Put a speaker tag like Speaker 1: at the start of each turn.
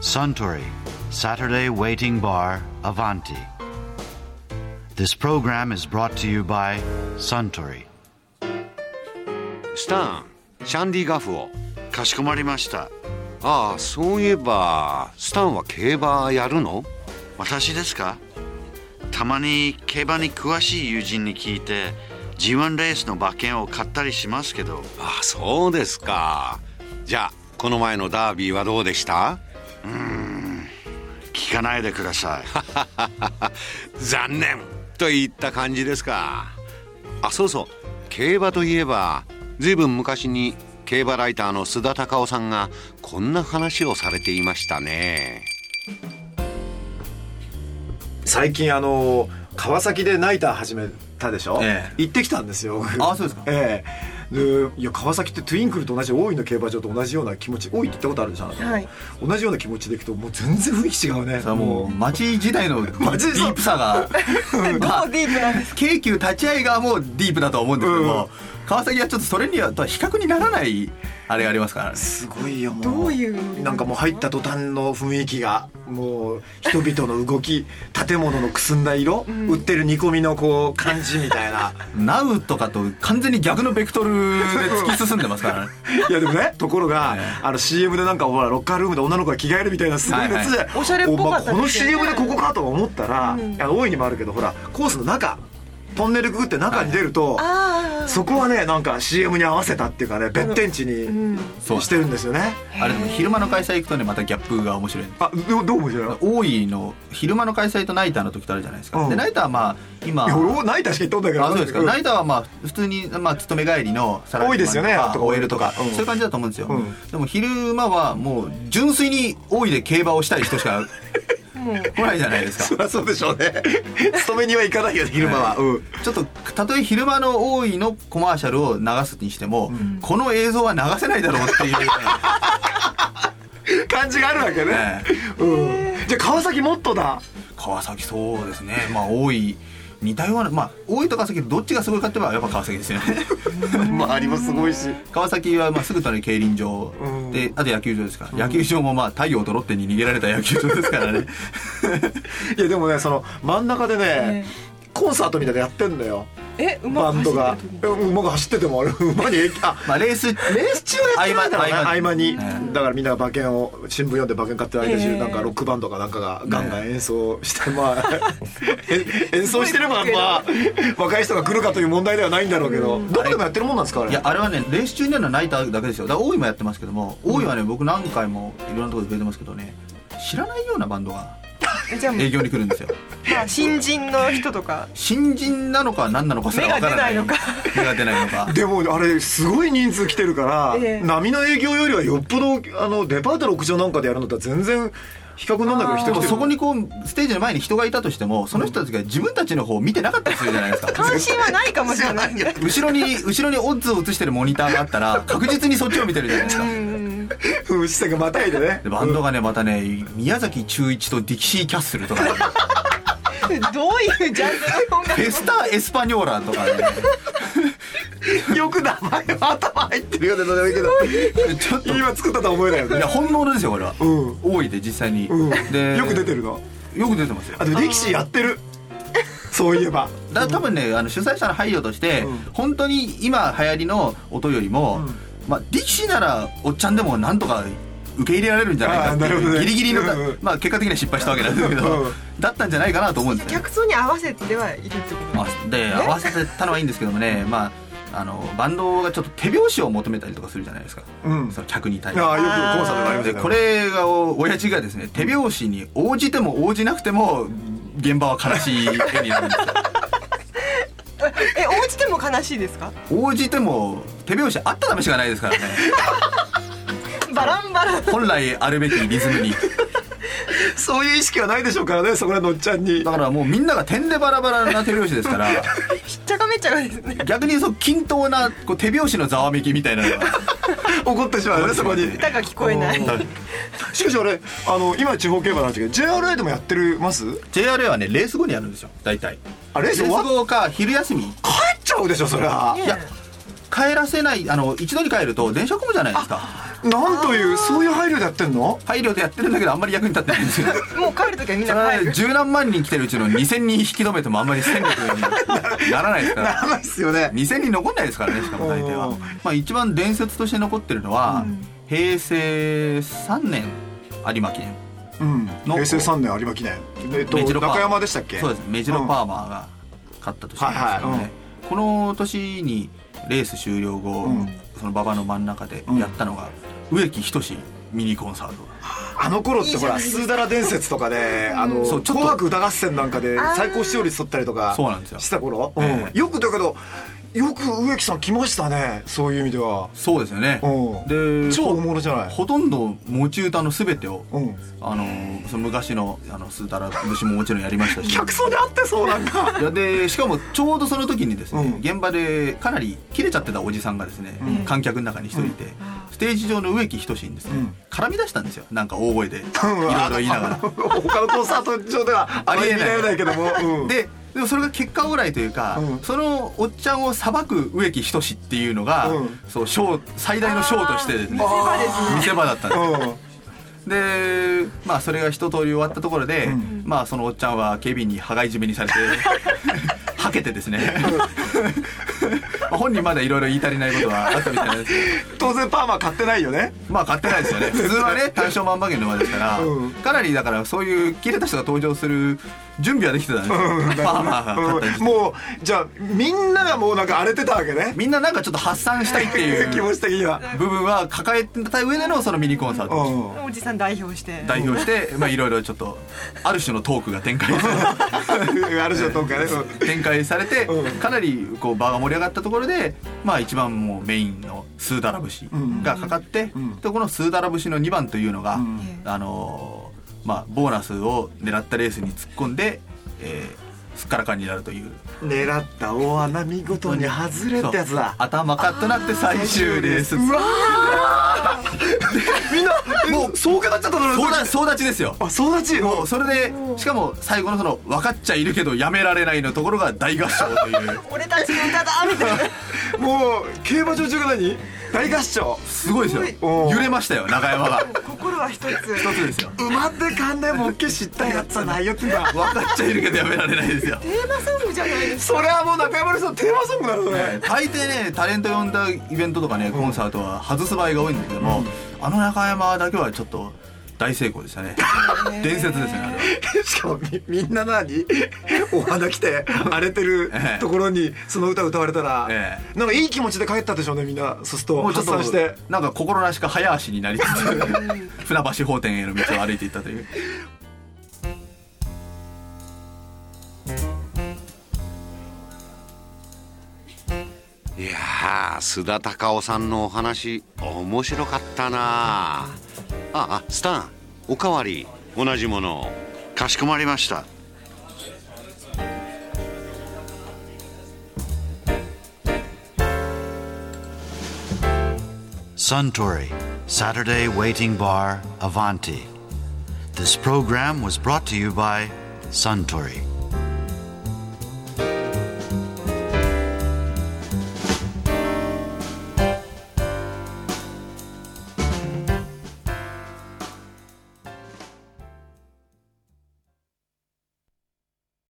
Speaker 1: Suntory Saturday Waiting Bar Avanti. This program is brought to you by Suntory.
Speaker 2: スターンシャンディ・ガフを
Speaker 1: かしこまりました。
Speaker 2: ああそういえばスタンは競馬やるの
Speaker 1: 私ですかたまに競馬に詳しい友人に聞いて G1 レースの馬券を買ったりしますけど
Speaker 2: ああそうですかじゃあこの前のダービーはどうでした
Speaker 1: 聞かないでください
Speaker 2: 残念といった感じですかあそうそう競馬といえばずいぶん昔に競馬ライターの須田隆夫さんがこんな話をされていましたね
Speaker 3: 最近あの川崎でナイター始めたでしょ、
Speaker 4: ええ
Speaker 3: 行ってきたんですよ僕
Speaker 4: あそうですか
Speaker 3: ええでいや川崎ってトゥインクルと同じ大井の競馬場と同じような気持ち大井って行ったことあるじゃん、
Speaker 5: はい
Speaker 3: 同じような気持ちで行くともう全然雰囲気違うね
Speaker 4: それはもう町時代のディ
Speaker 3: 町時代
Speaker 4: ープさが
Speaker 5: どこディープなんです
Speaker 4: 京急立ち会いがもうディープだと思うんですけども、
Speaker 3: うん
Speaker 4: 川崎はちょっとそれにはとは比較にならないあれがありますからね
Speaker 3: すごいよもう
Speaker 5: どういう
Speaker 3: なんかもう入った途端の雰囲気がもう人々の動き建物のくすんだ色、売ってる煮込みのこう感じみたいな
Speaker 4: ナウとかと完全に逆のベクトルで突き進んでますからね
Speaker 3: いやでもねところが、
Speaker 4: ええ
Speaker 3: あの CM でなんかほらロッカールームで女の子が着替えるみたいなすごいやつで、
Speaker 5: いおしゃれっぽかった
Speaker 3: お前この
Speaker 5: ですよね
Speaker 3: CM でここかと思ったら、
Speaker 5: ん
Speaker 3: あの大いにもあるけどほらコースの中トンネルくぐって中に出ると、
Speaker 5: ああ
Speaker 3: そこはねなんか CM に合わせたっていうかね別天地に
Speaker 4: そう
Speaker 3: してるんですよね、
Speaker 4: あれでも昼間の開催行くとねまたギャップが面白い
Speaker 3: あどどう思うじゃんい
Speaker 4: 大井の昼間の開催とナイターの時とあるじゃないですか、
Speaker 3: うん
Speaker 4: でナイターはまあ今
Speaker 3: や俺泣いたしか言ったことないけど
Speaker 4: あそうですか、
Speaker 3: ん
Speaker 4: ナイターはまあ普通に、まあ、勤め帰りのサラリーマン
Speaker 3: 多いですよね
Speaker 4: とか
Speaker 3: とか
Speaker 4: OL とか、
Speaker 3: うん
Speaker 4: そういう感じだと思うんですよ、
Speaker 3: うん
Speaker 4: でも昼間はもう純粋に大井で競馬をしたい人しか来ないじゃないです
Speaker 3: そ
Speaker 4: か
Speaker 3: りゃそうでしょうね勤めには行かないよね昼間は、うん
Speaker 4: ちょっとたとえ昼間の大井のコマーシャルを流すにしても、この映像は流せないだろうっていう
Speaker 3: 感じがあるわけね、
Speaker 4: え
Speaker 3: うん、じゃあ川崎もっとだ
Speaker 4: 川崎そうですねまあ大井似たようなまあ大井と川崎どっちがすごいかって言えばやっぱ川崎ですよね
Speaker 3: 周りもすごいし
Speaker 4: 川崎はまあすぐ隣競輪場
Speaker 3: うん
Speaker 4: であと野球場ですか、野球場もまあ太陽とロッテに逃げられた野球場ですからね
Speaker 3: いやでもねその真ん中でね
Speaker 5: え
Speaker 3: コンサートみたいなのやってんだよ
Speaker 5: え馬
Speaker 3: バンドが
Speaker 5: 走ってる
Speaker 3: え馬が走っててもあれ馬に影響あ
Speaker 4: まあレース
Speaker 3: レース中はやってないだろうね
Speaker 4: 合間
Speaker 3: 合間に、
Speaker 4: 合間に
Speaker 3: だからみんなが馬券を新聞読んで馬券買ってる間中、
Speaker 5: ええ
Speaker 3: なんかロックバンドかなんかがガンガン演奏して、ま あえ演奏してれば
Speaker 5: すごい
Speaker 3: まあ若い人が来るかという問題ではないんだろうけど、どこでもやってるもんなんですかあれ
Speaker 4: いやあれはねレース中にやるのはナイターだけですよだから大井もやってますけども大井はね僕何回もいろんなところで出てますけどね知らないようなバンドが
Speaker 5: えじゃあも
Speaker 4: 営業に来るんですよ
Speaker 5: うまあ新人の人とか
Speaker 4: 新人なのか何なのかすらわからない
Speaker 5: 目が出ない
Speaker 4: 目が出ないのか
Speaker 3: でもあれすごい人数来てるから、
Speaker 5: ええ
Speaker 3: 波の営業よりはよっぽどあのデパートの屋上なんかでやるのとは全然比較にならないけど人来て
Speaker 4: でも
Speaker 3: る
Speaker 4: そこにこうステージの前に人がいたとしてもその人たちが自分たちの方を見てなかったりするじゃないですか
Speaker 5: 関心はないかもしれないね
Speaker 4: 後ろに後ろにオッズを映してるモニターがあっ たら確実にそっちを見てるじゃないですか
Speaker 5: うん
Speaker 3: うん下がまたいでね
Speaker 4: でバンドがねまたね宮崎中一とディキシー・キャッスルと か、ね、
Speaker 5: どういうジャンルの音
Speaker 4: フ
Speaker 5: 楽
Speaker 4: ェスタ・エスパニョーラとか、ね、
Speaker 3: よく名前は頭入ってるようでどうでもいいけど
Speaker 4: ちょっとい
Speaker 3: 今作ったとは思えないよね
Speaker 4: や本物ですよこれは、
Speaker 3: うん
Speaker 4: 多いで実際に、
Speaker 3: うん、
Speaker 4: で
Speaker 3: よく出てるの
Speaker 4: よく出てますよ
Speaker 3: あでも力士やってるそういえば
Speaker 4: だ多分ねあの主催者の配慮として、
Speaker 3: うん
Speaker 4: 本当に今流行りの音よりも、
Speaker 3: うん
Speaker 4: まあ、ディキシーならおっちゃんでもなんとか受け入れられるんじゃないかって
Speaker 3: あーなるほ
Speaker 4: いう
Speaker 3: どね
Speaker 4: ギリギリの、
Speaker 3: うんうん
Speaker 4: まあ、結果的には失敗したわけなんですけど、
Speaker 3: うん
Speaker 4: だったんじゃないかなと思うんですよね
Speaker 5: 客層に合わせてはいるってこと
Speaker 4: まあで合わせたのはいいんですけどもね、まあ、あのバンドがちょっと手拍子を求めたりとかするじゃないですか、
Speaker 3: うん
Speaker 4: その客に対して
Speaker 3: ああよくコンサートでありました
Speaker 4: で
Speaker 3: ね
Speaker 4: これが親父がですね手拍子に応じても応じなくても現場は悲しい絵になるんですよ
Speaker 5: え応じても悲しいですか
Speaker 4: 応じても手拍子あったためしかないですからね
Speaker 5: バランバラン
Speaker 4: 本来あるべきリズムに
Speaker 3: そういう意識はないでしょうからねそこらのおっちゃんに
Speaker 4: だからもうみんなが点でバラバラな手拍子ですから
Speaker 5: ひっちゃかめっちゃかですね
Speaker 4: 逆にそう均等なこう手拍子のざわめきみたいなのが
Speaker 3: 怒ってしまうよねそこ に
Speaker 5: 歌が聞こえない
Speaker 3: しかしあれあの今地方競馬なんですけど JRA でもやってるます
Speaker 4: JRA はねレース後にやるんですよ大体
Speaker 3: あレー
Speaker 4: レー
Speaker 3: ス
Speaker 4: ス
Speaker 3: 終わっ
Speaker 4: 後か昼休み
Speaker 3: 帰っちゃうでしょそりゃ
Speaker 4: いや帰らせないあの一度に帰ると電車混むじゃないですか
Speaker 3: なんというそういう配慮でやってんの
Speaker 4: 配慮でやってるんだけどあんまり役に立ってないんです よ
Speaker 5: もう帰るときはみん
Speaker 4: そ
Speaker 5: な
Speaker 4: れは
Speaker 5: 帰る。
Speaker 4: 十何万人来てるうちの2000人引き止めてもあんまり戦力にならないです から
Speaker 3: ないですよね
Speaker 4: 2000人残んないですからねしかも大抵は
Speaker 3: おー、
Speaker 4: まあ、一番伝説として残ってるのは、平成3年有馬記念
Speaker 3: うん
Speaker 4: の
Speaker 3: 平成3年有馬記念えっと
Speaker 4: メジロパー
Speaker 3: 中山でしたっけ
Speaker 4: そうですメジロパーマーが勝った年なんですけどね、
Speaker 3: はいはい
Speaker 4: この年にレース終了後、
Speaker 3: うん
Speaker 4: その馬場の真ん中でやったのが植木仁ミニコンサート、
Speaker 3: あの頃ってほら「
Speaker 5: いいじゃないです
Speaker 3: スーダラ伝説」とかで「あの
Speaker 4: そうちょっと
Speaker 3: 紅白歌合戦」なんかで最高視聴率取ったりとか
Speaker 4: そうなんですよ
Speaker 3: した頃
Speaker 4: ええ
Speaker 3: うんよくだけどよく植木さん来ましたねそういう意味では
Speaker 4: そうですよね、
Speaker 3: うん
Speaker 4: で
Speaker 3: 超大物じゃない
Speaker 4: ほとんど持ち歌の全てを、
Speaker 3: うん
Speaker 4: あのーその昔のあのスータラ節ももちろんやりましたし
Speaker 3: 客層にあってそうなんか
Speaker 4: いやでしかもちょうどその時にですね、
Speaker 3: うん
Speaker 4: 現場でかなり切れちゃってたおじさんがですね、観客の中に一人いて、ステージ上の植木仁にですね、
Speaker 3: ん
Speaker 4: 絡み出したんですよなんか大声でいろいろ言いながら。
Speaker 3: 他のコンサート上ではありえないようだけども、うん
Speaker 4: ででもそれが結果オーライというか、
Speaker 3: うん
Speaker 4: そのおっちゃんを裁く植木仁っていうのが、
Speaker 3: うん
Speaker 4: そうショー最大のショーとしてですね
Speaker 5: あー見せ場ですね
Speaker 4: 見せ場だったんですよでまあそれが一通り終わったところで、
Speaker 3: うん
Speaker 4: まあそのおっちゃんは警備員に羽交い締めに されてはけてですねまあ本人まだいろいろ言い足りないことはあったみたいなんですけど
Speaker 3: うん当然パーマ買ってないよね
Speaker 4: まあ買ってないですよね普通はね単勝万馬券の馬ですから、
Speaker 3: うん
Speaker 4: かなりだからそういう切れた人が登場する準備はできてたんですよ、まあまあまあ買ったり
Speaker 3: うん
Speaker 4: して
Speaker 3: もうじゃあみんながもうなんか荒れてたわけね
Speaker 4: みんななんかちょっと発散したいってい
Speaker 3: 気
Speaker 4: う
Speaker 3: 持ち的には
Speaker 4: 部分は抱えた上でのそのミニコンサートを
Speaker 3: うん
Speaker 5: おじさん代表して。
Speaker 4: 代表してまあいろいろちょっとある種のトークが展開され て
Speaker 3: あるじゃんとかね
Speaker 4: 展開されて
Speaker 3: うん
Speaker 4: かなりこう場が盛り上がったところでまあ一番もうメインのスーダラ節がかかって
Speaker 3: うん
Speaker 4: でこのスーダラ節の2番というのが
Speaker 3: ん
Speaker 4: あのーまあボーナスを狙ったレースに突っ込んでえーすっからかんになるという
Speaker 3: 狙った大穴見事に外れってやつだ
Speaker 4: そう頭カッとなって最終レース
Speaker 3: うわ みんなも
Speaker 4: も
Speaker 3: う
Speaker 4: う
Speaker 3: そうなっちゃっただろ
Speaker 4: 総立総立ちですよ
Speaker 3: あそう立ち
Speaker 4: もうそれでしかも最後のその分かっちゃいるけどやめられないのところが大合唱という
Speaker 5: 俺たちの歌だみたいな。
Speaker 3: もう競馬場中が何大合唱
Speaker 4: すごいです
Speaker 3: お
Speaker 4: よ
Speaker 3: う
Speaker 4: 揺れましたよ中 山が
Speaker 5: 心は一つ。
Speaker 4: 一つですよ
Speaker 3: 馬って勘でもっけ知ったやつはないよってんだ
Speaker 4: 分かっちゃいるけどやめられないですよ
Speaker 5: テーマソングじゃないですか。
Speaker 3: それはもう中山さんテーマソングなの
Speaker 4: え
Speaker 3: ね
Speaker 4: ー大抵ねタレント呼んだイベントとかねコンサートは外す場合が多いんですけども、あの中山だけはちょっと大成功でしたね伝説ですねあれは
Speaker 3: しかもみみんな何お花来 て荒れてる
Speaker 4: ええ
Speaker 3: ところにその歌歌われたら、
Speaker 4: え
Speaker 3: なんかいい気持ちで帰ったでしょうねみんなそうすると
Speaker 4: もうちょ
Speaker 3: 発
Speaker 4: っと
Speaker 3: 散して
Speaker 4: なんか心なしか早足になりつつ 船橋法店への道を歩いていったという
Speaker 2: いやー須田隆夫さんのお話面白かったなああスタンおかわり同じものを
Speaker 1: かしこまりました「Suntory Saturday Waiting Bar Avanti」This program was brought to you by Suntory.